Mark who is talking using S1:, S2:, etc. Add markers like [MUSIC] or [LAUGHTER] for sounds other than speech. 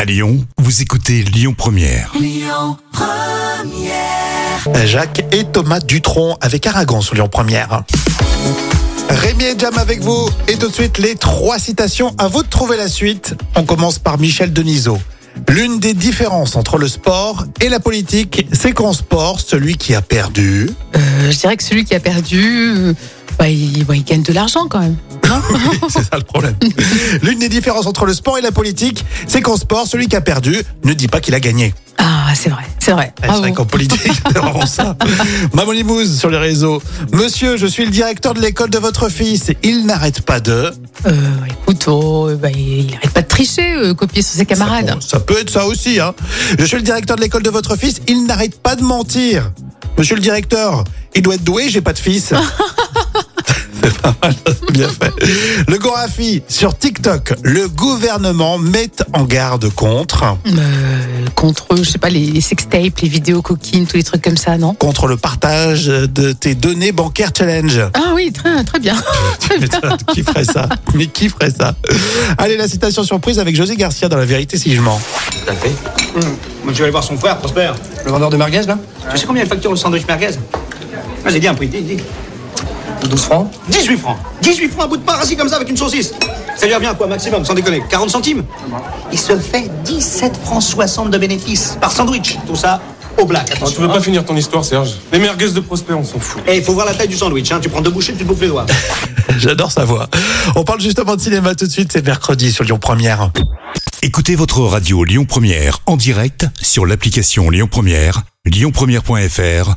S1: À Lyon, vous écoutez Lyon Première.
S2: Jacques et Thomas Dutronc avec Aragon sur Lyon Première. Rémi et Jam avec vous. Et tout de suite, les trois citations. À vous de trouver la suite. On commence par Michel Denisot. L'une des différences entre le sport et la politique, c'est qu'en sport, celui qui a perdu. [LAUGHS]
S3: Euh, je dirais que celui qui a perdu, euh, bah, il, bah, il gagne de l'argent quand même.
S2: c'est ça le problème. L'une des différences entre le sport et la politique, c'est qu'en sport, celui qui a perdu ne dit pas qu'il a gagné.
S3: Ah, c'est vrai, c'est vrai.
S2: Ouais, C'est
S3: Bravo.
S2: vrai qu'en politique, c'est vraiment ça. Maman Limouse sur les réseaux. Monsieur, je suis le directeur de l'école de votre fils. Il n'arrête pas de.
S3: Euh, écoute, oh, euh, bah, il n'arrête pas de tricher, euh, copier sur ses
S2: Ça,
S3: camarades.
S2: bon, ça peut être ça aussi. Hein. Je suis le directeur de l'école de votre fils. Il n'arrête pas de mentir. Monsieur le directeur, il doit être doué, j'ai pas de fils. C'est pas mal, c'est Bien fait. Le Gorafi sur TikTok, le gouvernement met en garde contre
S3: Euh, contre, je sais pas, les, les sextapes, les vidéos coquines, tous les trucs comme ça, non
S2: contre le partage de tes données bancaires challenge.
S3: Ah oui, très,
S2: [LAUGHS]
S3: très bien.
S2: Putain, qui ferait ça Mais qui ferait ça Allez, la citation surprise avec José Garcia dans La vérité si je mens.
S4: T'as fait Je vais aller voir son frère, Prosper.
S5: Le vendeur de merguez, là
S4: Tu sais combien il facture le sandwich merguez Vas-y, dis un prix, dis, dis.
S5: 12 francs
S4: 18 francs 18 francs à bout de pain, assis comme ça, avec une saucisse Ça lui revient à quoi, maximum, sans déconner 40 centimes Il se fait 17 francs 60 de bénéfices par sandwich. Tout ça au black.
S6: Oh, tu veux pas finir ton histoire, Serge Les merguez de Prosper, on s'en fout.
S4: Et Eh, il faut voir la taille du sandwich, hein. tu prends deux bouchées, tu te bouffes les doigts.
S2: J'adore sa voix. On parle justement de cinéma tout de suite, c'est mercredi sur Lyon Première.
S1: Écoutez votre radio Lyon Première en direct sur l'application Lyon Première, lyonpremière.fr